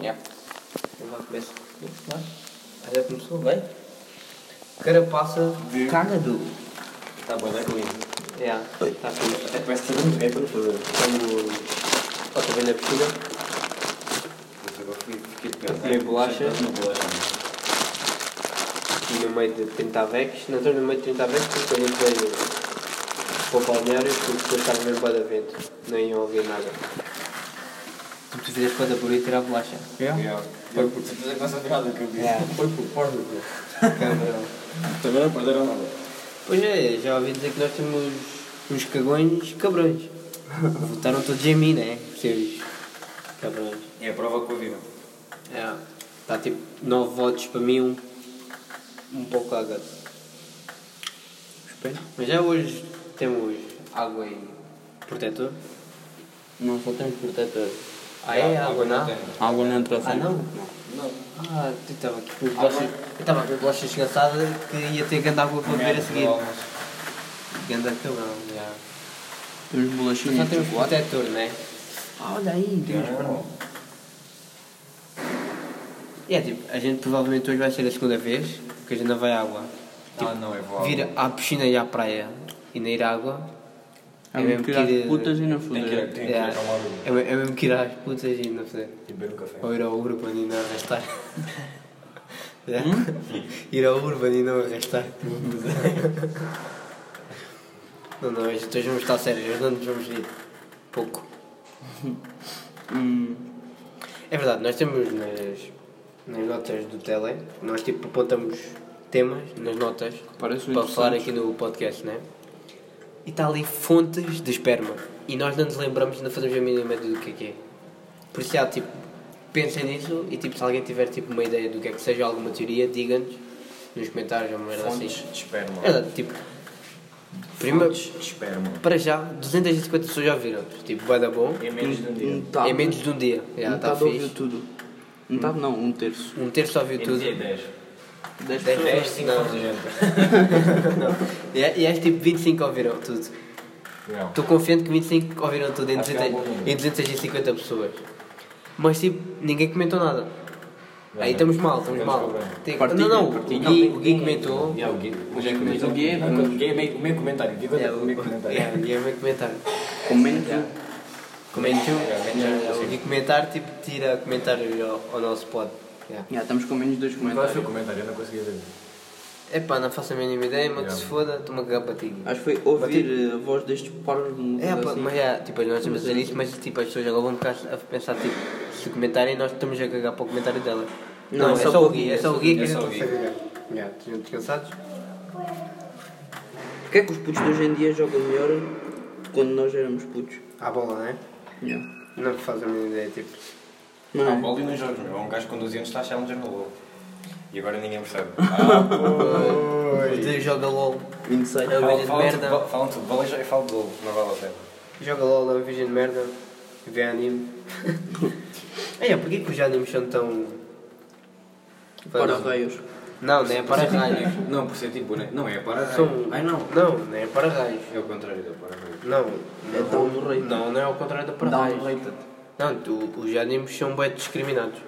Yeah. Vamos lá, começa. Vai. Ah, Já começou, bem? Carapaça de cangadu. Está bom, é comigo. Yeah. tá Está fixe. Até parece que estás a morrer quando for. Quando outra vez na piscina, Comi bolacha. Uma bolacha. e no meio de 30 avecos, não estou no meio de 30 avecos porque eu entrei para o balneário porque depois estava mesmo bué da vento, nem iam ouvir nada. Tu tu fizeste para por aí tirar a bolacha. Yeah. Eu, por certeza que não sabia nada do que eu disse. Yeah. Foi por porno, meu. Cabrão. Também não perderam nada. Pois é, já ouvi dizer que nós temos uns cagões cabrões. Votaram todos em mim, né? Os seus cabrões. É a prova com a vida. É. Está tipo 9 votos para mim, um, um pouco cagado. Mas já hoje temos água e protetor. Não, só temos protetor. Ah, é? água não? Água não entra Ah, não? Não. Ah, tu estava aqui com as bolachas. Eu estava com as bolachas engraçadas que ia ter grande água para beber a seguir. Ganda cabrão, já. Temos bolachinhas. Já temos protetor, não né? é? Ah, olha aí, temos Ah, E é tipo, a gente provavelmente hoje vai ser a segunda vez que a gente não vai à água. Tipo, Ah, não, é vó. Vir à piscina e à praia e não ir à água É mesmo que ir às putas e não Tem que ir, foder. tem que ir é, a uma lua. é, é mesmo que ir às putas e não fazer. E beber um café. Ou ir ao Urban e não arrastar. É? ir ao Urban e não arrastar. não, não, hoje, hoje vamos estar sérios, hoje não nos vamos rir. Pouco. Hum, É verdade, nós temos nas, nas notas do Tele, nós tipo apontamos temas nas notas Parece para falar aqui no podcast, né? E está ali fontes de esperma. E nós não nos lembramos, não fazemos a mínima ideia do que é que é. Por isso, já, tipo, pensem nisso e tipo, se alguém tiver tipo, uma ideia do que é que seja, alguma teoria, digam-nos nos comentários, ou uma merda assim. Fontes de esperma. É verdade, tipo, primeiro, Fontes de esperma. para já, 250 pessoas já viram. Tipo, vai dar bom. É menos de um dia. É menos de um dia. Já, está Metade ouviu fixe. tudo. Metade não, um terço. Um terço só viu Em tudo. dia 10. Dez Dez, pessoas. dez, cinco Não, pessoas. gente. E é- e acho tipo 25 ouviram tudo. Não. Estou confiante que 25 ouviram tudo em, Acho que é um 200, bom número. em 250 pessoas. Mas tipo, ninguém comentou nada. Não, Aí não. estamos mal, estamos Estamos mal. com problema. Tem- Partilha, não, não, partilha. o Gui, o Gui comentou. Yeah, É, o Gui, o Gui Mas o Gui é- Não, o Gui é meio, meio comentário. Diga É, o meio o- comentário. é, o Gui é meio comentário. Com menos Yeah. um. Comentou. Yeah, menos um, yeah, O Gui comentar, tipo, tira comentário ao, ao nosso pod. Yeah. Já, estamos com menos dois Mas qual foi o comentários. comentário? Eu não conseguia ver. Epá, não faço a mínima ideia, mas que Yeah. se foda, estou-me a cagar para ti. Acho que foi ouvir eh, a voz destes parvos mudas É, pá, assim. mas é, tipo, nós estamos a dizer isso, mas tipo, as pessoas agora vão ficar a pensar, tipo, se comentarem, nós estamos a cagar para o comentário dela. Não, Não, é, só o Gui, é só o Gui que é a gente só o consegue cagar. Já, estejam descansados? Porquê é que os putos de hoje em dia jogam melhor de quando nós éramos putos? À bola, não é? Não faz a mínima ideia, tipo. Não Há é? bola e nos jogos, meu. Há um gajo com 12 anos está a challenger no LOL. E agora ninguém percebe. Ah, O pô. Deus joga LOL, Insight. é uma Falam- virgem de merda. falam Ah, de futebol- Falam de futebol e já- e falam de LOL. Não vale a pena. Joga LOL, é uma virgem de merda. Vê anime. É, porquê que os animes são tão. Para raios. Não, não é para raios. Não, por ser tipo, né? Não, é para São- Ai, não. Não, não é para raios. É o contrário da para raio. Não, É não, downrated. não, não é ao contrário da para raios. Não, tu- os animes são bem discriminados.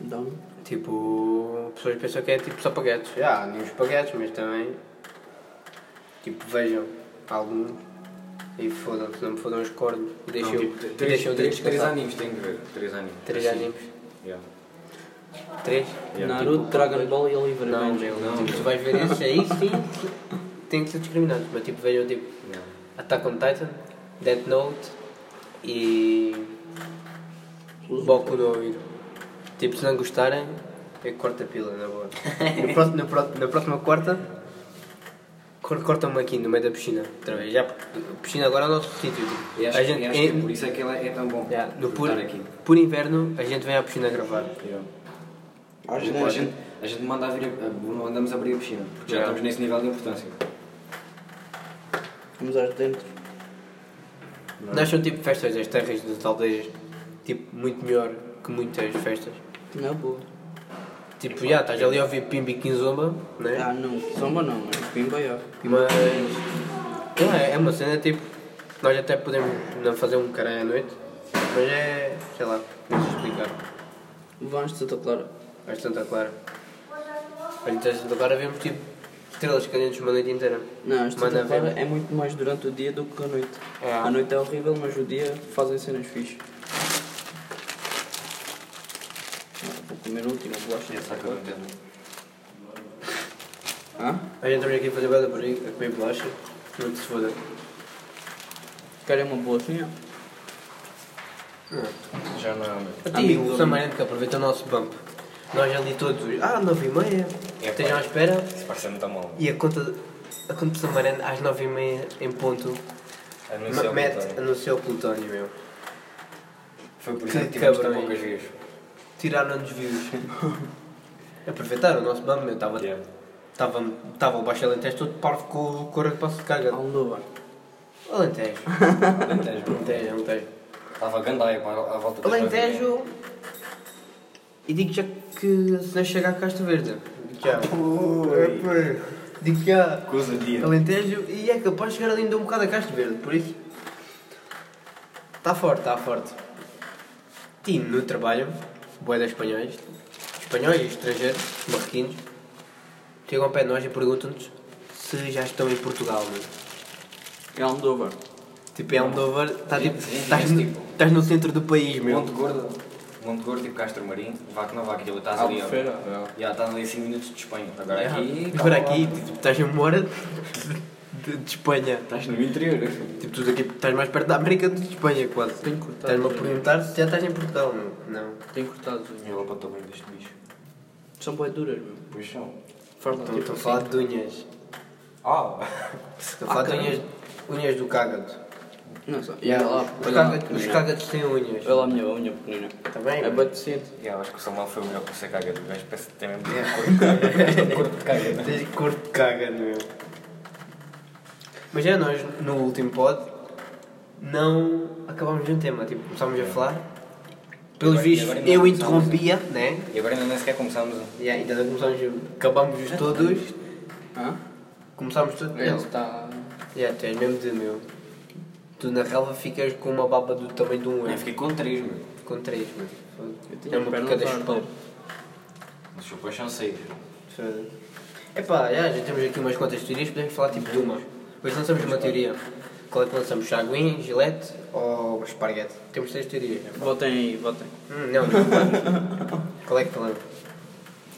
Down. Tipo, pessoas pensam que é tipo só paguetes. Já, há animes paguetes, mas também. Tipo, vejam alguns e fodam-se, não me fodam os cornos e deixam, e deixam o dedo tipo, Três descansar. animes tem que ver. Três animes. Assim. Três animes. Yeah. Três? Yeah. tipo, Naruto, Dragon Ball e Oliver Tipo, Não, Benji. meu, não, tipo, meu. tu vais ver esse aí, sim, tem que ser discriminado. Mas tipo, vejam tipo Yeah. Attack on Titan, Death Note e. Boku no Hero. Tipo, se não gostarem, eu corto a pila, na boa. No pró- no pró- na próxima quarta, cor- cortam-me aqui no meio da piscina, outra vez. Já, porque a piscina agora é o nosso sítio. tipo. E acho, A gente, e acho que em- por isso é que ela é tão bom. já, no por puro, estar aqui. por inverno, a gente vem à piscina gravar. Yeah. A Acho gente, que a, gente, a gente manda abrir, a- mandamos abrir a piscina, porque já Yeah. estamos nesse nível de importância. Vamos às dentro. é? Nós são tipo festas das terras das aldeias, tipo, muito melhor que muitas festas. Na boa. É Tipo, já, estás ali a ouvir Pimba e Quinzomba, né? Ah, não. Zomba não, mas Pimba é. Mas não, é, é uma cena tipo. Nós até podemos não fazer um caralho à noite, mas é. sei lá, não sei explicar. vamos de Santa Clara. Mas Santa Clara. Mas então, Santa Clara vemos tipo estrelas candentes uma noite inteira. Não, isto Manda Santa Clara ver. é muito mais durante o dia do que a noite. É. A noite é horrível, mas o dia fazem cenas fixas. Ah, Vou comer a última bolacha de Essa Santa que eu Clara. não entendo. Hã? A gente estamos aqui a fazer bela por aí, a comer bolacha. Não te se foda. Querem uma assim? bolachinha? Já não. A ti, Amigo o do Samarante que aproveita o nosso bump. Nós ali todos, os- ah, nove e meia, É, estejam pá. à espera. Isso parece é muito mal. E a conta, a conta do Samarante às nove e meia em ponto, Anunciou ma- mete, Plutónio. anunciou o Plutónio, meu. Foi por que isso que tivemos tão cabrões. poucas views. Tiraram-nos views. Aproveitaram o nosso bump, meu. Estava Yeah. tava o Baixo Alentejo todo parvo com, com o coração de caga. É Almodóvar. Alentejo. Alentejo. Alentejo, Alentejo. Estava a gandaia com a- à volta das nove Alentejo. E digo já que se não chegar a Casta Verde. Digo já. Epá. Digo já. e meia. Coisa de dia. Alentejo e é capaz de chegar ali ainda um bocado a Casta Verde, por isso. Está forte, está forte. Tino no trabalho, boeda espanhóis, espanhóis e estrangeiros, marroquinos, chegam ao pé de nós e perguntam-nos se já estão em Portugal, mano. É Almodóvar. Tipo, é Almodóvar, tá, tipo, Sim, sim, estás mas no, tipo- estás no centro do país, meu. Monte Gordo. Monte Gordo, tipo Castro Marim. Vaca não vaca, aquilo. Tá Estás ali, ó. Albufeira. assim, Já estás ali 5 minutos de Espanha. Agora aqui. Agora calma aqui, lá. tipo, estás em mora de, de- de Espanha. Estás, Estás no interior. tipo, tu daqui, estás mais perto da América do que de Espanha, quase. Tenho que cortar. Estás-me a perguntar se já estás em Portugal, meu. Não. Tenho cortado as unhas. Ele apontou bem deste bicho. São bem duras, meu. Pois são. Faz lá, Estão tipo estão a assim. falar de unhas. Ah! Estão a falar de unhas, unhas do cágado. Não sei. Yeah, Olha lá, os olha lá. cágados- os cágados têm unhas. Olha lá a minha unha pequenina. Tá bem, É mano. bem decente. Eu acho que o Samuel foi o melhor que você caga do gajo. Parece que tem mesmo cor de caga. Cor de caga, né? Tens cor de cágado, meu. Mas já nós, no último pod, não acabámos um tema. Tipo, começámos a falar. Pelos Agora- vistos, agora não eu começámos. interrompia, né? E agora ainda nem sequer começámos. a- E aí, então começámos, acabámos os todos, Hã? começámos todos. Ele tá- está... Yeah, tu és mesmo de meu. Tu na relva ficas com uma baba do tamanho de um Eu euro, fiquei com 3, meu. com três, meu. Eu Foda-se. tinha É uma pernas picada de a arder. espelho. Os chupas são 6. Foda-se. Epá, já, já temos aqui umas quantas teorias, podemos falar tipo de uma. Hoje lançamos uma teoria. Qual é que lançamos? Chaguin, gilete ou esparguete? Temos três teorias. né? Votem aí, votem. Hum, não, não. claro. Qual é que falamos?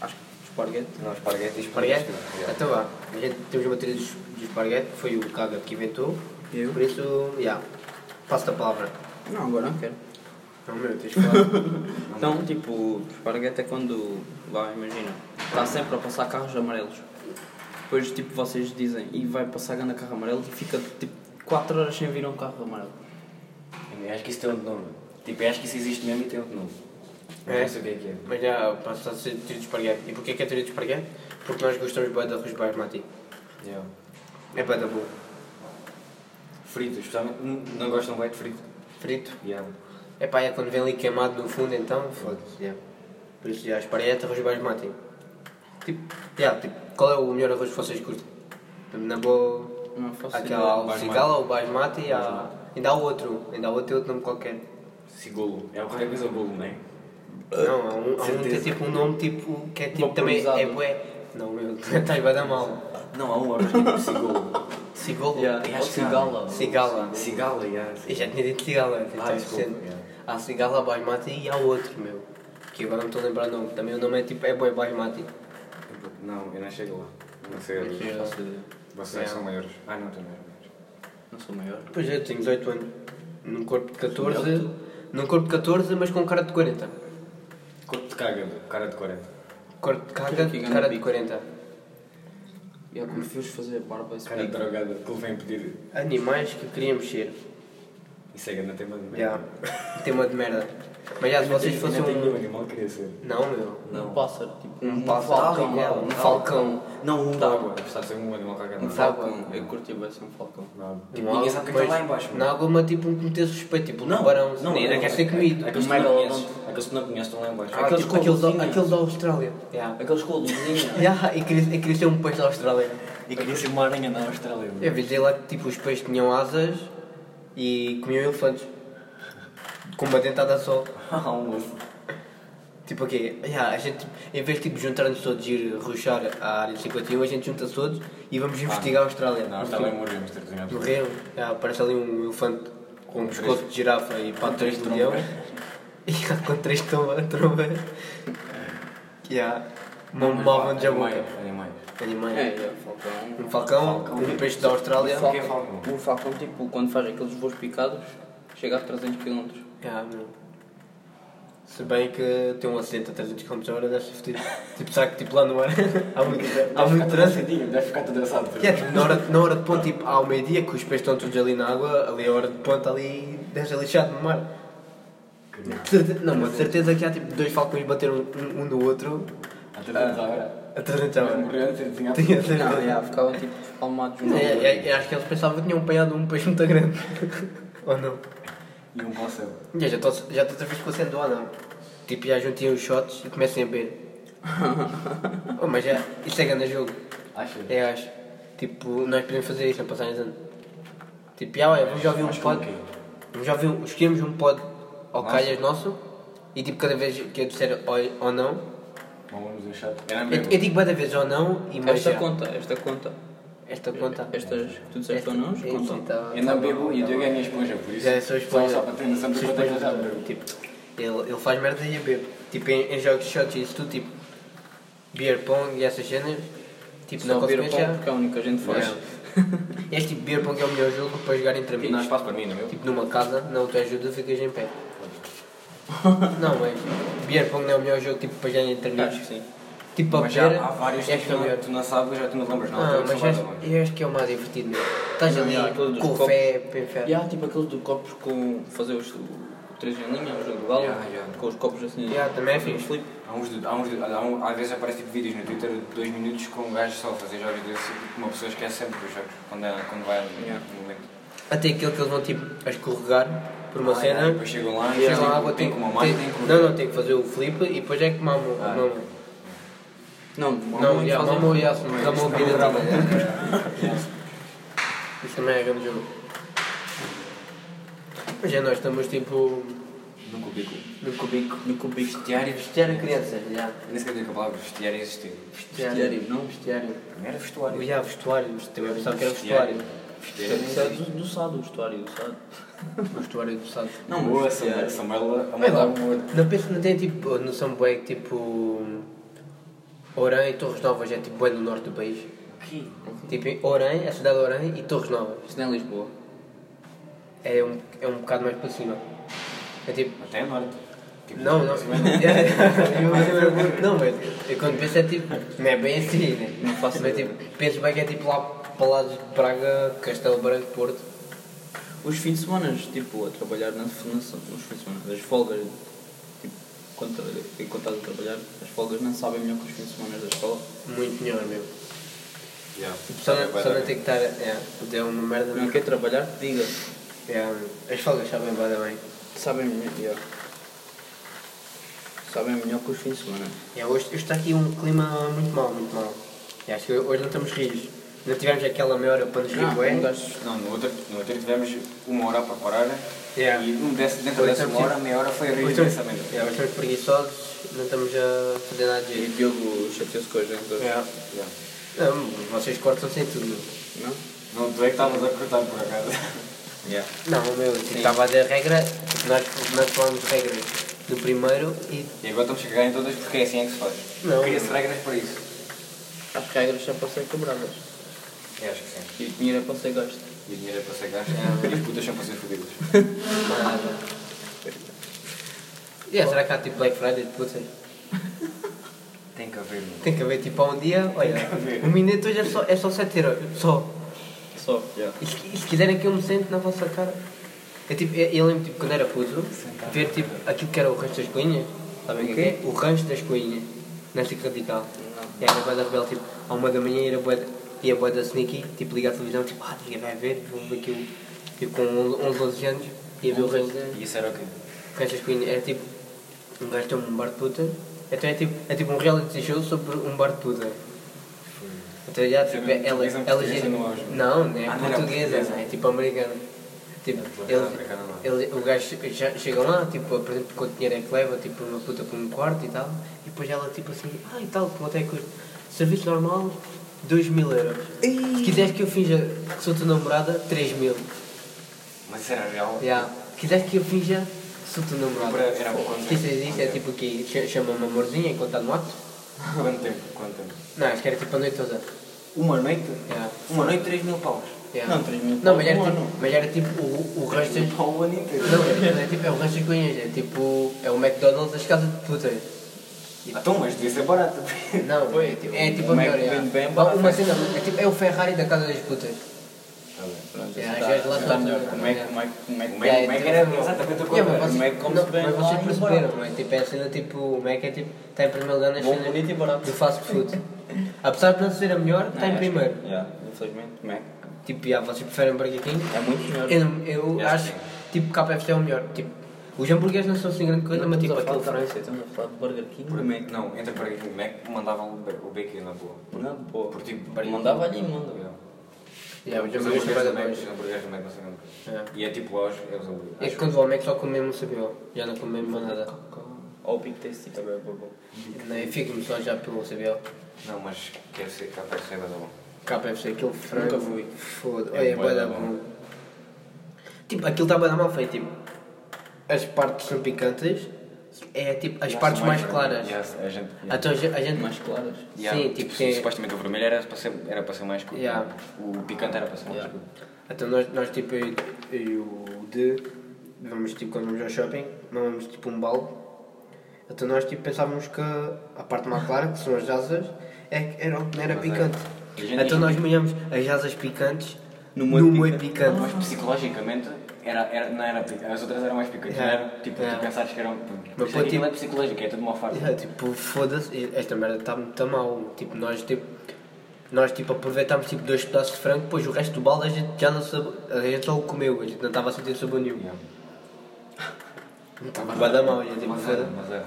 Acho que esparguete. Não, esparguete e Esparguete? esparguete. Yeah. Então vá. A gente temos uma teoria dos- do esparguete, que foi o Kaga que inventou. Eu? Por isso, já. Passo-te a palavra. Não, agora não quero. Não, meu, tens de falar. Então, tipo, esparguete é quando, vá, imagina, está sempre a passar carros amarelos. Depois, tipo, vocês dizem, e vai passar grande carro amarelo e fica, tipo, 4 horas sem vir um carro amarelo. Eu acho que isso tem outro nome. Tipo, eu acho que isso existe mesmo e tem outro nome. É? Eu Não sei o que é que é. Mas já, passo a ser teoria do esparguete. E porquê que é teoria do esparguete? Porque nós gostamos bem de arroz basmati. Yeah. É bem da boa. Fritos, especialmente. n- Não gostam bem de frito. Frito. Yeah. É pá, é quando vem ali queimado no fundo, então foda-se. yeah. Por isso, já, esparguete, arroz basmati. Tipo, yeah, tipo, qual é o melhor arroz que vocês curtem? Tipo, Na boa. Não faço Aquela ideia. ao cigala, o basmati e há. Ainda há outro, ainda há outro, tem outro nome qualquer. Cigolo. É qualquer coisa bolo, não é? Não, há um, há um que é Certeza. tipo um nome tipo. que é tipo também. É Vaporizado. bué. Não, meu, estás vai dar mal. Não, há um arroz que é tipo cigolo. Cigolo. Yeah. Eu Ou acho que há. cigala. Cigala. Cigala, yeah. Eu já tinha dito cigala, Ah, então desculpa, sendo- yeah. Há cigala, basmati e há outro, meu. Que agora não estou a lembrar o nome. Também o nome é tipo. é bué basmati. Não, eu não chego lá. Não sei. Não chego. Eu faço ideia. Vocês Yeah. são maiores. é Ah, não, tu não és maiores. Não sou maior. Pois é, tenho 18 anos. Num corpo de 14. Num corpo de 14, mas com cara de 40. Corpo de caga, meu. cara de 40. Corpo de caga, Aqui, um cara de bico. 40. Eu prefiro fazer barba e Cara de spray. drogada que lhe vem pedir. Animais que queríamos ser. Isso é grande tema de merda. Já. Tema de merda. Mas já, se Eu não vocês tenho- fossem eu não tenho um. nenhum animal que queria ser. Não, meu. Um pássaro, tipo, um, pássaro, Tá tal falcão. e qual, um um falcão. Não, um d'água. Está a ser um animal qualquer. Um não. falcão. Não. Eu curti bem ser um falcão. Não. Um Tipo, ninguém sabe o que é mas que está lá embaixo. meu. Não há alguma tipo um que me tens respeito, tipo um tubarão. nem- não quer ser comido. Aqueles que Um não megalodonte. conheces. Aqueles que não conheces estão lá embaixo. Ah, Aqueles, tipo aquele, da, golzinhos. aquele da Austrália. Yeah. Aqueles com a luzinha. Yeah, e queria, eu queria ser um peixe da Austrália. E queria ser uma aranha na Austrália. Eu vi dizer lá que tipo, os peixes tinham asas e comiam elefantes. Com uma dentada só. Ah, um osso. Tipo aqui, yeah, a gente, em vez de tipo, juntar-nos todos e ir ruxar à área legislativa, um, a gente junta-se todos e Ah, vamos investigar a Austrália. É, Não, Vamos, está bem tipo, morrer, Mr. Desenhado. Morreram, yeah, aparece ali um elefante com um Com pescoço três- de girafa e patas três de leão. trombas. Yeah, com três tromba- trombas. Yeah. Uma Mas é malva vá, de jabuca. Animais, animais. Animais. É, é, falcão. Um falcão, um peixe da Austrália. Falcão. Quem é falcão? O falcão, tipo, quando faz aqueles voos picados, chega a 300 km. Yeah, meu. Se bem que tem um acidente a 300 km hora, deve ser fodido. Tipo, sabe que tipo, lá no ar há muito, há muito trânsito. Deve ficar todo assado. Que é, tipo, na, hora, na hora de ponta, tipo, ao meio-dia, que os peixes estão todos ali na água, ali a hora de ponta, ali deixa lixado no mar. De certe- Não, mas de certeza que há tipo dois falcões bateram um, um no outro Até dentro agora. a 300 horas. Morrer, Mr. Desenhado. Então, Tinha Não, certeza. já, ficavam tipo palmados. Não, é, é, é, acho que eles pensavam que tinham apanhado um peixe muito grande. Ou não? E um conselho. Já estou já tô outra vez com a cena do anão. Tipo, já juntem os shots e comecem a beber. oh, mas já, isso é grande jogo. Achas? É, acho. Tipo, nós podemos fazer isso na passagem de ano. Tipo, já, olha, vamos já ouvir um Mas como pod. que é? Vamos já ouvir um, escolhemos um pod ao Nosso? calhas nosso. E tipo, cada vez que eu disser ou, ou não, Vamos nos É, deixar. eu, Era É mesmo. eu digo cada vez ou não e mais Esta é, já. conta, esta conta. Esta conta. Estas que tu disseste ou não, Tipo, Sim, sim, contam. tá- Eu tá não bom, bebo e é tá eu bom. ganho a esponja, por isso. Já sou só, É, esponja. só para ter noção de Sou quanto é que eu esponja, já bebo. Tipo, ele, ele faz merda e a bebe. Tipo, em, em jogos de shots e isso tudo, tipo, beer pong e essas cenas, tipo, Não não vira conseguimos pão já. porque é a única que a gente faz. Yeah. Este tipo, beer pong é o melhor jogo para jogar entre E não há amigos. espaço para mim, não é meu? Tipo, numa casa, não te ajuda, ficas em pé. não, mas beer pong não é o melhor jogo, tipo, para jogar entre Acho que amigos. sim. Tipo, para Tá. Mas já beber, há vários este tipos é o melhor. que tu não sabes, já tu não lembras. Não, Ah, tu mas não sabes, este, eu acho que é o mais divertido mesmo. Estás Não, é, yeah, ali aquele dos com o copos. fé, para enfiar. E há tipo aqueles do copos com fazer os, o 3 em linha, o jogo do galo, Yeah, yeah. com os copos assim. Yeah, também é fazer um fixe. flip. Há uns, de- há uns, de- há um- às vezes aparece tipo vídeos no Twitter de 2 minutos com um gajo só a fazer jogos desse, porque uma pessoa esquece sempre os jogos quando, é- quando vai ali Yeah. no momento. Até aquele que eles vão tipo a escorregar por uma Ah, cena. yeah, depois chegam lá e Chegam tem- à água, tem tem- como a mãe, tem- tem como- Não, não, tem que fazer o flip e depois é que mamam. Ah. mamam. Não, assim. Não, já, fazem- mamam e já se mamam a vida brava. toda. Isso também é grande jogo. Mas é, nós estamos tipo Nunca o bico. no cubico. No cubico. Vestiário, Vestiário crianças, já. Nem sei que a palavra vestiário existia. Vestiário, não? Vestiário. Primeiro Ah, vestuário. Já, vestuário, mas também pensava que era vestuário. Vestiário. Isso é do, existe. do Sado, o estuário do Sado. Um Vestuário do Sado. Não, mas Boa, vestiário. Samuel. Samuel a Mas mandar lá, um outro. não, penso, não tem tipo noção boa que tipo. Orã e Torres Novas é tipo bem do norte do país. Tipo, em Orã, a cidade de Orã e Torres Novas. Isso não é Lisboa. É um, é um bocado mais para cima. É tipo. Até a norte. Tipo, Não, não. não, mas eu quando penso é tipo. Não é bem assim, né? Não faço Mas ideia. tipo, penso bem que é tipo lá para lá de Braga, Castelo Branco, Porto. Os fins de semana, tipo, a trabalhar na fundação, os fins de semana, as folgas, tipo, quando, tra- enquanto estás a trabalhar, as folgas não sabem melhor que os fins de semana da escola. Muito melhor mesmo. Yeah. Só É, não, vai só dar não tem que bem. estar. É, é uma merda. Não quer trabalhar, diga, É, as folgas sabem bem bem. sabem melhor. yeah. Sabem melhor que os fins de semana. É, hoje, hoje está aqui um clima muito mau, muito mau. E acho que hoje não estamos rios. Não tivemos aquela meia hora para nos rir, Não, bué. um gajo- Não, no outro, no outro tivemos uma hora para parar Yeah. e um desse, dentro Hoje dessa estamos uma hora, tipo- meia hora foi a Hoje raiz do estamos, pensamento. é, hoje estamos preguiçosos, não estamos a fazer nada de E o jeito. Diogo chateou-se com a gente hoje. É. Yeah. Não, vocês cortam sem tudo. meu. Não? Não, tu é que estavas a cortar por acaso. Yeah. Não, meu, tipo, estava a dizer regra, tipo, nós, nós falámos regras do primeiro e E agora estamos a cagar em todas porque é assim é que se faz. Não. Cria-se regras para isso. As regras são para ser quebradas. Eu acho que sim. E o dinheiro é para ser gasto. E o dinheiro é para ser gasto e as putas são para ser fodidas. nada. E é, será que há tipo Black Friday de putas? Tem que haver, mano. Tem que haver tipo há um dia, olha, que haver. o minuto hoje é só, é só 7 euros, só. Só. Yeah. E se, e se quiserem que eu me sente na vossa cara. Eu, tipo, eu, eu lembro tipo, quando era puto, ver tipo, aquilo que era o rancho das coinhas. Sabem o que é? que é? O rancho das coinhas. Na SIC Radical. E era bué da rebelde, tipo, à uma da manhã era bué da- ia bué da sneaky, tipo, ligar a televisão, tipo, ah, ninguém vai ver, vamos ver aquilo. Tipo, com 11, 12 anos, ia ver o rancho das E isso era o quê? Ranchas Queen era tipo um gajo tem um bar de puta, então é tipo, é tipo um reality show sobre um bar de puta. Então já, tipo, Também ela, televisão ela portuguesa gira- no auge. Não, não é Ah, não era portuguesa, portuguesa. é tipo americana. Tipo, Não, não, ele, brincar não. ele, o gajo já chega lá, tipo, por exemplo, quanto dinheiro é que leva, tipo, uma puta para um quarto e tal, e depois ela, tipo assim, ah, e tal, quanto é que custa? Serviço normal, 2 mil euros. Se quiseres que eu finja que sou tua namorada, 3 mil. Mas isso era real? Yeah. Se quiseres que eu finja que sou tua namorada. Era- era por quanto Se isso tempo? existe, é tipo que ch- chama-me amorzinho enquanto está no ato. Quanto tempo? Quanto tempo? Não, acho que era tipo a noite toda. Uma noite? Yeah. Uma noite 3 mil paus. Yeah. Não, 3 mil Não, mas pau era, no tipo, ano. mas era tipo o, o resto. Pau o ano inteiro. Não, é, é, tipo, é o rancho de cunhas, é tipo. É o McDonald's das casas de putas. Então, mas devia ser barato. Não, é tipo, é tipo a O melhor. Mac é. vende bem, Uma- barato. uma cena, é, tipo, é o Ferrari da casa das putas. Pronto, Yeah, isso É, já de lá já está melhor. tudo. Como é que- como é que- como é que- O Mac- o Mac era tipo- exatamente Yeah, mas o contrário. vocês- O Mac come-se não, bem Mas lá vocês e perceberam, barato. não é? Tipo, é a cena tipo. O Mac é tipo. Está em primeiro lugar nas Bom, cenas bonito e barato. do fast food. Apesar de não ser a melhor, Não, está em acho que- primeiro. Yeah, Infelizmente, como é que- Tipo, já, vocês preferem Burger King? é muito melhor. Eu, não- eu Yes, acho sim. tipo KFC é o melhor. Tipo, os hambúrgueres não são assim grande coisa, mas tipo aquele França, França. estamos a falar de Burger King. Por Mac, não, entra para aqui. O Mac mandava o B- o BQ na boa. Não, pô. Por tipo, Mandava ali, mandava. Yeah. Yeah, os Os hambúrgueres são hambúrgueres é bué do da Mac, bons. os hambúrgueres do Mac não são grande coisa. Yeah. E é tipo hoje, é os hambúrgueres. É que quando vou ao Mac só como mesmo CBO, já não como mesmo mais nada. Ou o Big Tasty também é bom. Nem fico-me só já pelo CBO. Não, mas quer ser capaz de ser mais bom. KFC, aquele frango. Nunca fui. Foda, É é, é bué bué da da bom. Tipo, aquilo está bué da mal feito, tipo. As partes são picantes, é tipo as partes mais claras. Yes, a gente, yeah. Então a gente- a gente. Mais claras. Yeah. Sim, tipo, tem, Supostamente o vermelho era para ser, era para ser mais escuro. Yeah. O picante era para ser mais Yeah. escuro. Então nós, nós tipo, eu, eu e o de, vamos tipo, quando vamos ao shopping, mamamos tipo um balde. Então nós tipo pensávamos que a parte mais clara, que são as asas, é que era, não era Mas é. picante. E a gente- Então nós molhamos as asas picantes No no molho molho, Portanto, picante. mas psicologicamente era, era, não era picante, as outras eram mais picantes, não era? Tipo, Yeah. tu pensares que eram. Mas pô, aquilo tipo- é psicológico, é tudo uma farsa. É, tipo, foda-se, esta merda está muito mal. Tipo, nós tipo, nós tipo aproveitámos tipo dois pedaços de frango, depois o resto do balde a gente já não sabe, a gente só o comeu, a gente não estava a sentir sabor nenhum. Yeah. Não estava nada mal, a gente tipo, Mas era, foda-se. mas é. era.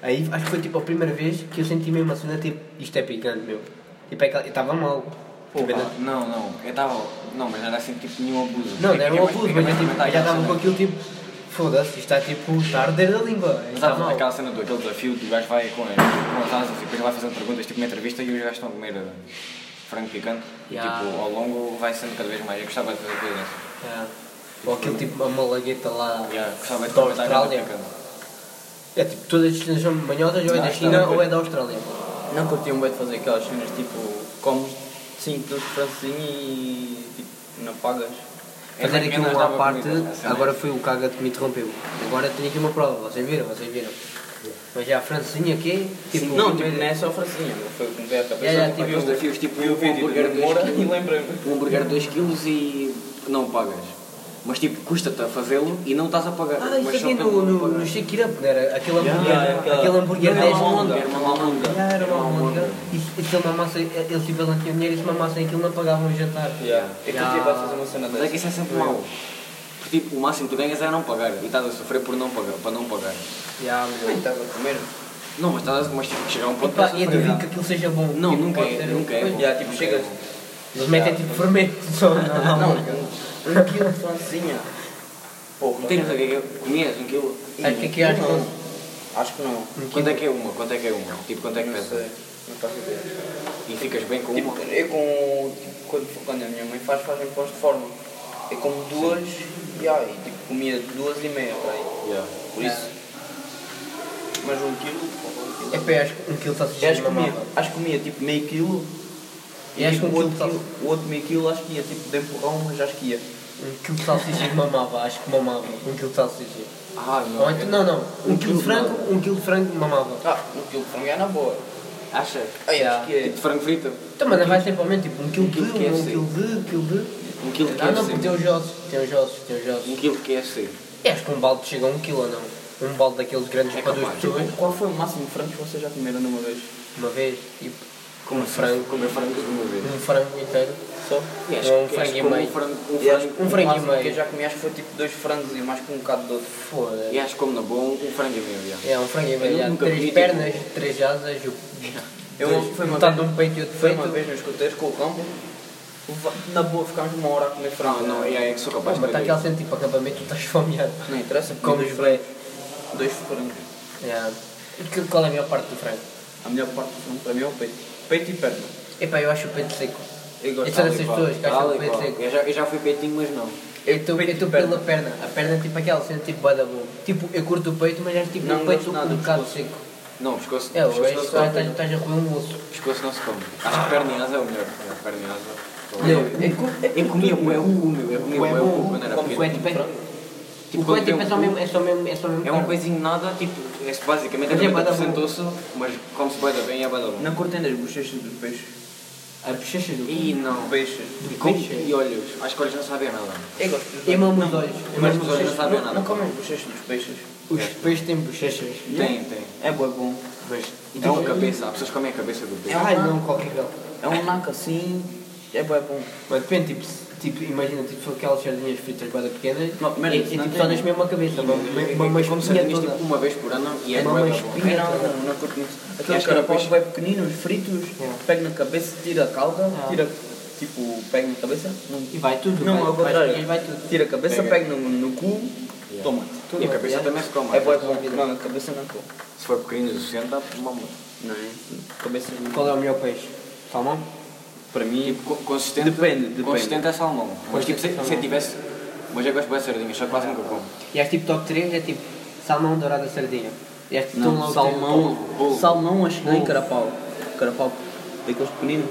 Aí acho que foi tipo a primeira vez que eu senti mesmo a cena tipo, isto é picante meu. Tipo, é que eu estava mal. é Tipo, era- não, não, eu estava. Não, mas não era assim tipo nenhum abuso. Não, não era um Ninguém- abuso, ninguém mas eu, tipo, experimentava eu já aquela estava com cena. aquilo tipo, foda-se, isto está tipo, está a arder a língua. Mas Está sabes, mal. aquela cena do aquele desafio, do gajo vai com as, com as asas e depois vai fazendo perguntas, tipo uma entrevista, e os gajos estão a comer eh, frango picante. Yeah. E tipo, ao longo vai sendo cada vez mais. Eu gostava de fazer coisas dessas. É. Ou aquele tipo, a malagueta lá Yeah, gostava de da experimentar cada Austrália. picante. É tipo, todas as cenas são manhosas, ou é Ah, da está China bem, ou pois. é da Austrália. Não curtiam bem de fazer aquelas cenas tipo comes 5 quilos de francesinha e tipo não pagas. Fazer Ainda aqui bem que nós uma à dava parte, comida, essa agora merda. foi o caga que me interrompeu. Agora tenho aqui uma prova, vocês viram, vocês viram. Mas já a francesinha aqui, tipo, não, tipo, não é só francesinha, meu, foi o que me veio à cabeça. É, é, Eu tipo, vi Aqueles desafios, tipo, vi o um vídeo hambúrguer do Moura dois e lembrei-me. um hambúrguer 2kg e não pagas. Mas tipo, custa-te a fazê-lo e não estás a pagar. Ah, mas isso só aqui pelo no, não no, pagar. no Shake It Up, não era? Aquele Yeah, hambúrguer, yeah, aquela- aquele hambúrguer Não, 10 era é uma longa, longa. era uma longa. Yeah, era uma longa. longa. E se- e se ele mamassem, ele se ele tipo, não tinha dinheiro e se mamassem aquilo não pagavam o jantar. Yeah. É que eu Yeah. tive a fazer uma cena Mas é que dessa. isso é sempre mau. Porque tipo, o máximo que tu ganhas é não pagar. E estás a sofrer por não pagar, para não pagar. Yeah, meu. Estava a comer. Não, mas estás a mas, tipo, chegar a um ponto Opa, que e eu estás a duvido sofrer. que aquilo seja bom. Não, Tipo, nunca pode é, ser nunca é. bom. bom. Yeah, tipo, Nunca é chegas- bom. Eles metem tipo fermento só na na Não, longa. um quilo de francesinha. Porra. Não tens noção o que é que eu- comias um quilo? Acho que aqui acho que- Não, Acho que não. Quanto é que é uma? Quanto é que é uma? Tipo, quanto é que Não pesa? sei. Não faço ideia. Tipo, E ficas bem com uma? Tipo, eu com. Tipo, quando, quando a minha mãe faz, faz em pós de forma. Eu como duas e ai, tipo, comia duas e meia por aí. Yeah. Por isso. Mas um quilo. um quilo. É pá, acho que um quilo só Eu se acho que chama comia, acho que comia tipo meio quilo. E acho tipo, que um o outro quilo de quilo- o outro meio quilo acho que ia tipo de empurrão, mas acho que ia. Um quilo de salsichas mamava, acho que mamava. Um quilo de salsichas. Ah, não. Ou então, não, não. Um quilo de frango, um quilo de frango mamava. Ah, um quilo de frango é na boa. Acha? Ai, Yeah. acho que é. Tipo de frango frito? Então, mas não vai sempre ao mesmo, tipo, um quilo de, quilo um de KFC. quilo de, um quilo de... Um quilo de Ah, não, KFC. porque tem os ossos, tem os ossos, tem os ossos. Um quilo de KFC. E acho que um balde chega a um quilo ou não? Um balde daqueles grandes É para duas capaz. pessoas. Qual foi o máximo de frangos que vocês já comeram numa vez? Uma vez, tipo, Como assim? um frango, Comer frango de uma vez. um frango inteiro. Só? E acho Não, um que- acho frango que e como meio. Um frango, um E acho frango. que Um o frango e máximo meio. que eu já comi acho que foi tipo dois frangos e mais com um bocado de outro. Foda-se. E acho que como na boa um frango e meio. yeah. É, um frango e Eu meio. já. nunca comi, Três tipo- pernas, três asas, o- Eu- dois- foi uma metade de vez- um peito e outro Foi uma peito. vez nos escuteiros com o Rambo leva- na boa ficámos uma hora a comer frango. Ah, Não, não, e aí é que sou capaz de Mas está fazer. aquele sentido tipo acampamento, tu estás fomeado. Tipo, é, Não interessa, porque Comes dois frangos. Dois frangos. Yeah. E que- qual é a melhor parte do frango? A melhor parte do frango para mim é o peito. Peito e perna. Epá, eu acho o peito seco. Eu Isso gosto. era Tal e essas qual, pessoas que acham tal que e o peito qual. seco. Eu já, eu já fui peitinho, mas não. Eu estou Peito e pela perna. A perna é tipo aquela cena tipo bué da boa. Tipo, eu curto o peito, mas é tipo Não o peito gosto nada do um bocado pescoço. seco. Não, pescoço, É, pescoço hoje não se estás come. estás a roer um osso. Pescoço não se come. Acho que perna e asa é o melhor. É, Perna e asa. Não, é Eu comia bué o meu, eu comia bué o cu quando era Como pequeno. coé de é pé. Tipo, Tipo, coé de quando pé é eu- só mesmo, é só mesmo, é só mesmo. É uma carne. coisinha nada, tipo, é Mas basicamente a é comida bué da bom. apresentou-se, mas come-se bué da bem e é bué da bom. Não curtem as bochechas dos peixes. A bochecha do E não. Peixes. E, com- e olhos. Acho que olhos não sabem nada. Eu gosto dos É E dois. mamo os olhos. mas Mas os olhos não sabem nada. Não comem as bochechas dos peixes. os peixes têm bochechas. Tem, tem. É bué bom. Mas é uma cabeça. Há pessoas que comem a cabeça do peixe. Ai, não, horrível. É um naco assim. É bué bom. Mas depende, tipo, se- tipo imagina, tipo, são aquelas sardinhas fritas bada pequenas Não, mas e, isso e não tipo, tem. só nasce mesmo a cabeça. Uma, uma, uma como espinha sardinhas, toda. tipo, uma vez por ano e é Uma bué da bom. espinha. Não, não, não curto muito. Aqueles Acho que era carapaus peixe. bem pequeninos, fritos, É. pega na cabeça, tira a calda, É. tira, tipo, pega na cabeça, não- E vai tudo, Não, vai, ao vai contrário. espinhas, vai tudo. tira a cabeça, Pega. pega, no, no cu, Yeah. toma-te. E a cabeça é. também se come. É às bom, é vezes. bom. Não, a cabeça não come. Se for pequenino o suficiente, dá para uma Não é? Cabeça não Qual é o melhor peixe? Salmão? Para mim, Tipo, co- consistente. Depende, depende. Consistente é salmão. Mas tipo, se, Consistente é se eu tivesse. Mas eu gosto bem de sardinhas, só quase nunca como. E acho tipo top 3 é tipo salmão, dourada, sardinha. E tipo, acho que estão lá não, o salmão, teu- polvo. salmão acho que nem Polvo. carapau. Carapau, daqueles pequeninos.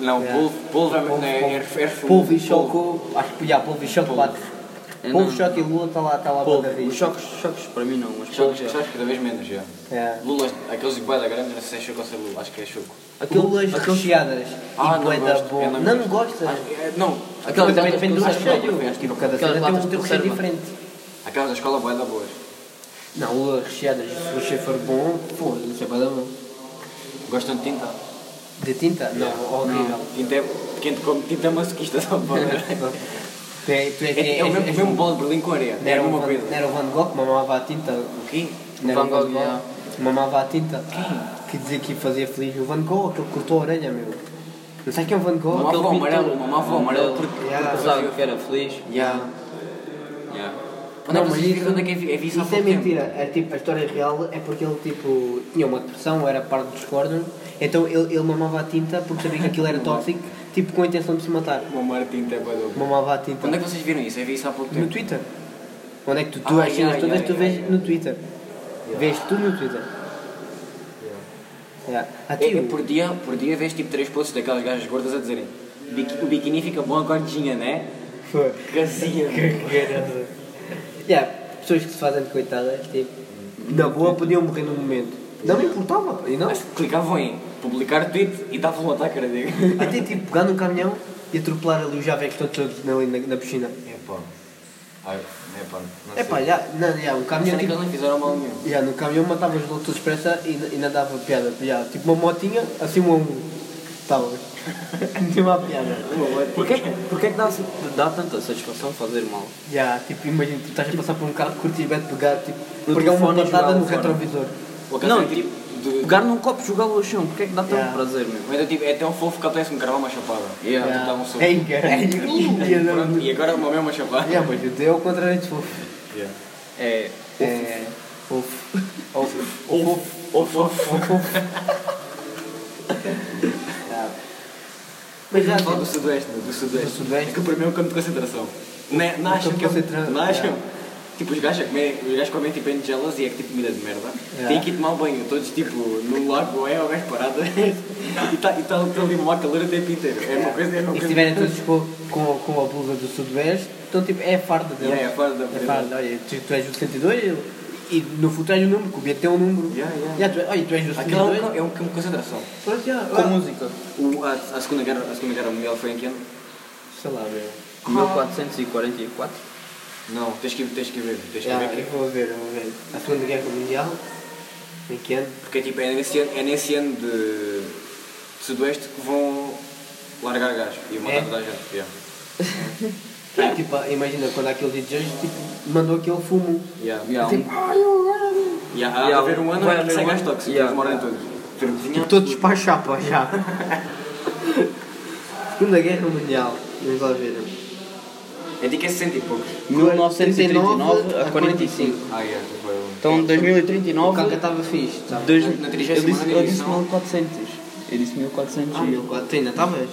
Não, É. polvo, polvo é não, é- é- é- é fumo. Polvo e choco, acho que já, polvo e choco bate. É, Polvo, não. choco e lula está lá, está lá Polvo. para ver. Os choques, choques para mim não, mas Choco, polvo choco, já. choco, cada vez menos, já. É. Lulas, aqueles de boeda grande, não sei se é choco ou se é lula, acho que é choco. Ah, Lulas é recheadas Ah, e bué da gosto, bom. eu Não, não gosto. gostas? Acho- é, Não, Aquela também das depende do coisas que eu recheio. prefiro, Tipo, tipo, cada aquelas cena tem um latas de teu recheio conserva. diferente. Aquelas da escola boeda boas. Não, lulas recheadas, se o recheio for bom, pô, isso é bué da bom. Gostam de tinta? De tinta? Não, horrível. Tinta é. Quem te come tinta é masoquista, só para ver. Tu é tu é que É é o mesmo- o és- mesmo bolo de Berlim com areia. Não Era era o uma Van- coisa. não era o Van Gogh que mamava a tinta. O quê? Não era o Van Van Gogh, yeah. Gogh que mamava a tinta. Que dizia que fazia feliz. O Van Gogh, aquele que cortou a orelha, meu. Não sabes quem é o Van Gogh? Uma Aquele avó pintor. amarelo, uma avó amarelo. porque- Yeah. porque Sabe fazia- que era feliz? Yeah. Onde é Não, mas que vocês viram isso, onde é que é vi- é visto isso há é pouco tempo? mentira. É, tipo, a história real é porque ele tipo, tinha uma depressão, era parte dos córdonos, então ele, ele mamava a tinta porque sabia que aquilo era tóxico, tipo com a intenção de se matar. Uma mar tinta é boa do- Mamava a tinta. Onde é que vocês viram isso? Eu vi isso há pouco No tempo. Twitter. Onde é que tu, tu Ah, as yeah, cenas todas yeah, tu yeah, vês yeah. no Twitter? Yeah. Vês tu no Twitter? Yeah. A É, ti, é o- por dia, por dia vês tipo três posts daquelas gajas gordas a dizerem "Biqui- o biquíni fica bom a gordinha, né? Foi. Casinha. Yeah, pessoas que se fazem de coitadas, tipo, na boa podiam morrer no momento. Não me importava, pá, e não? Uhum. Mas clicavam em publicar tweet e davam um ataque cardíaco. Até tipo pegar num caminhão e atropelar ali os jovens que estão todos ali na, na piscina. É pá. Ai, é pá. Não É pá, sei. já, não, já, um Sendo caminhão que tipo. eles não fizeram mal nenhum. Já, no caminhão matava os loucos expressa e n- ainda dava piada. Já, tipo uma motinha, assim um ombro. Estava. Tinha uma piada. Porquê, porquê que dá, dá tanta satisfação fazer mal? Já, tipo, imagina, tu estás a passar por um carro, curtis bem de pegar, tipo, No pegar uma telefone e patada jogar no fora. retrovisor. Ou Não, aquele tipo de- Pegar num copo e jogá-lo ao chão, porquê que dá tanto Yeah. prazer, meu? Mas eu, tipo, é tão fofo que até se me cravou uma chapada. Yeah. Tu dá um Já. soco. Ei, caralho. Ia dar Pronto, um- E agora é uma mesma chapada. Já, mas eu dei ao contrário tipo, de fofo. É. É. Fofo. Fofo. Ou ou fofo. Já. Mas já, Fala é do tipo, Sudoeste, meu, do Sudoeste. Do Sudoeste. É que para mim é um campo de concentração. Não, é- não acham campo que é um- de concentra- Não acham? Yeah. Tipo, os gajos, a comer, os gajos comem tipo engelas e é que tipo comida de merda. Yeah. Têm que ir tomar banho, todos tipo num lago, é, ou gajo parado. e está tá, tá ali uma calor o tempo inteiro. É uma coisa, é uma e se coisa. estiverem todos com, com, com a blusa do Sudoeste, então, tipo, é a farda deles. Yeah, é a farda da É prima. farda. Olha, tu, tu és do 72 eu- e no futuro és o número, que o bilhete tem um número. Yeah, yeah. Já, tu, é- olha, tu és do Aquilo é um 72. campo- é um campo de concentração. Pronto, já. Com ah, música. O- a, a segunda guerra, a Segunda Guerra Mundial foi em que ano? Sei lá, meu. 1444. Não, tens que, tens que ver, tens que Já, ver. eu vou ver, eu vou ver. A Segunda Guerra Mundial, em que ano? Porque tipo, é, nesse ano, é nesse ano de, de Sudoeste que vão largar gás e matar É? toda a gente. Yeah. Ah, tipo, imagina quando aquele DJ tipo, mandou aquele fumo. Yeah. Yeah, Tipo, um- Yeah, há Yeah, de haver um ano vai em que haver sai um gás ano. tóxico, Yeah. Tipo, eles morrem todos. Vermelhinha. Todos para a chapa já. Segunda Guerra Mundial. Vamos lá ver. Eu digo que é 60 e poucos. 1939 a 45. 45. Ah, é, foi o. Então O 2039. Kaka estava fixe, estava. dois- na- na eu 30ª disse, eu disse edição. 1400. Eu disse 1400. Ah, e- 1400, ainda estavas?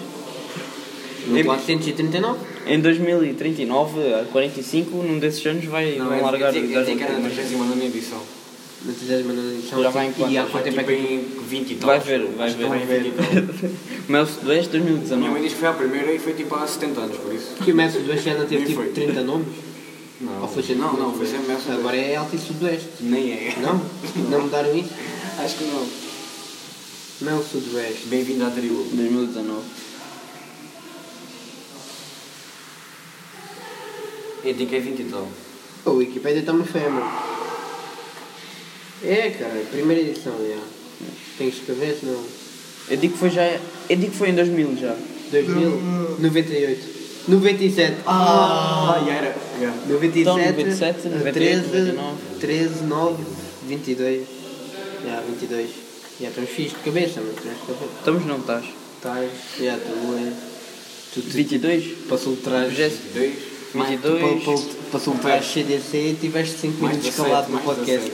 Em- 1439? Ah. Em 2039 a 45, num desses anos, vai Não, vão eu- largar eu digo- Eu das digo que era na últimas. 39 edição. Na 30ª edição. Já vai em E há quantas? quanto tempo é Tipo que. em 20 e tal. Vai ver, vai Acho que estão em 20 e ver. tal. Mel Sudeste Minha mãe 2019. diz que foi a primeira e foi tipo há 70 anos, por isso. Que o Tipo, Messi do Oceano teve Nem foi. tipo 30 nomes? Não, Ou foi sempre não, não, Messi foi do sempre Oeste? Messi. Agora é Altice Sudoeste. Nem é. Não? Não mudaram isso? Acho que não. Mel Sudoeste. Bem-vindo à tribo. 2019. Eu digo que é 20 e tal. A Wikipedia está uma fêmea. É, cara, primeira edição, já. Tem que escrever, senão. Eu digo que foi já. Eu digo que foi em 2000 já. 2098. 97. Ah, já era. já. 97, Então, 97, 98, 13, 99. 13, 9, 22. Já, 22. Já estamos fixe de cabeça, mas estamos de cabeça. Estamos não estás? Estás, já estou bem. Tu te 22? passou de trás. Projeto. 22. mais- tu 22. pa- pa- Passou de trás CDC e tiveste 5 Mais minutos 17, escalado no mais podcast.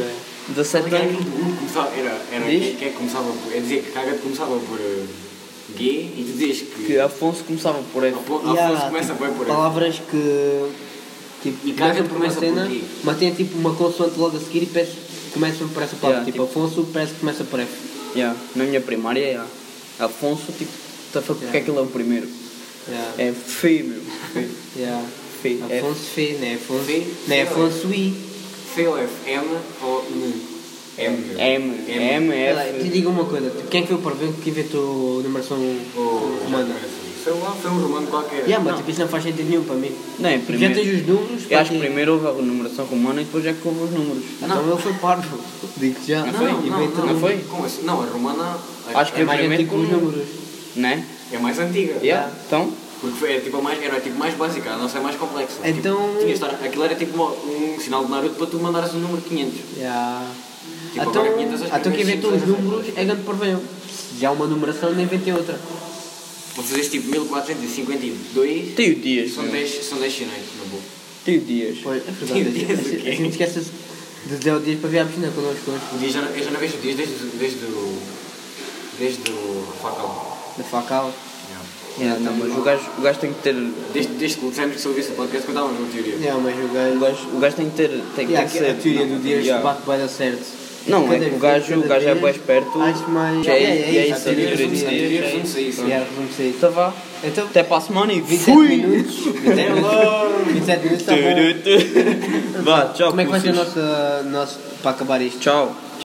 É. 17 Era, anos. começava, era, era Diz? quem, quem começava por. É dizer que Caga começava por eh, G e tu dizes que. Que é? Afonso começava por F. Afonso E há, começa tipo, bem por aí. palavras que tipo, E cada começam por uma começa por cena, quê? mas tem tipo uma consoante logo a seguir e parece, começam por essa palavra. Yeah, tipo, Afonso parece que começa por F. Yeah. Na minha primária, yeah. Afonso, tipo, tá foi porque Yeah. aquilo é o primeiro. Yeah. É feio, meu. Feio. Yeah. Feio. É Afonso Fê, não é Afonso, Fê? não é Fê, Afonso I. Fail F, M ou N? M. M, M, Olha, Te F. digo uma coisa, tipo, quem é que foi para ver que inventou a numeração Ou. romana? Sei lá, foi um romano qualquer. Yeah, mas tipo, isso não faz sentido nenhum para mim. Tipo, Não, é Já tens primeiro. os números, Eu acho que pá, primeiro houve a numeração romana e depois é que houve os números. Então ele foi parvo. Digo-te já. Não, Não, foi? um. inventa um- não, não foi? Como assim? Não, a romana. Acho que É mais Primeiro antigo que os com- números. Né? É mais antiga. Yeah. Então, Porque foi, é, tipo, a mais, era tipo mais básica, a nossa é mais complexa. Então- Tipo, tinha de estar, aquilo era tipo uma- um sinal de Naruto para tu mandares o número 500. Yeah. Tipo, então, agora 500 então quem inventou os primeiras números é grande porvenho. Já uma numeração, nem inventei outra. Vou fazer este tipo 1452. tem o dias. São meu. 10, são 10 sinais, na boa. Tem o dias. Pois, é Sim, verdade. diz o Assim, quê? assim te esqueces de dizer o dias para vir à piscina connosco é? hoje. O Um dia já, não- eu já não vejo o dia desde, o- desde o. desde o. facão. Da Facal. Yeah, não, mas o gajo, o gajo tem que ter. O Desde, desde que dissemos que se ouvisse o podcast contávamos uma teoria. É, mas o gajo. gajo, o gajo tem que ter. Tem, Yeah, tem que que a ser- teoria não, do dias yeah. bate bem da certo. Não, é Cada que o vez, gajo, o cada gajo é vez, bem esperto. Acho mais. Já é- já é A isso, teoria teoria resume-se a de- teoria é- resume-se a isso. Yeah, vamos sair. Então vá. Então, Até para a semana e 27 fui! minutos. 27 minutos. 27 minutos, tá bom. Vá, tchau. Como é que vai ser o putos. nosso, nosso. para acabar isto? Tchau.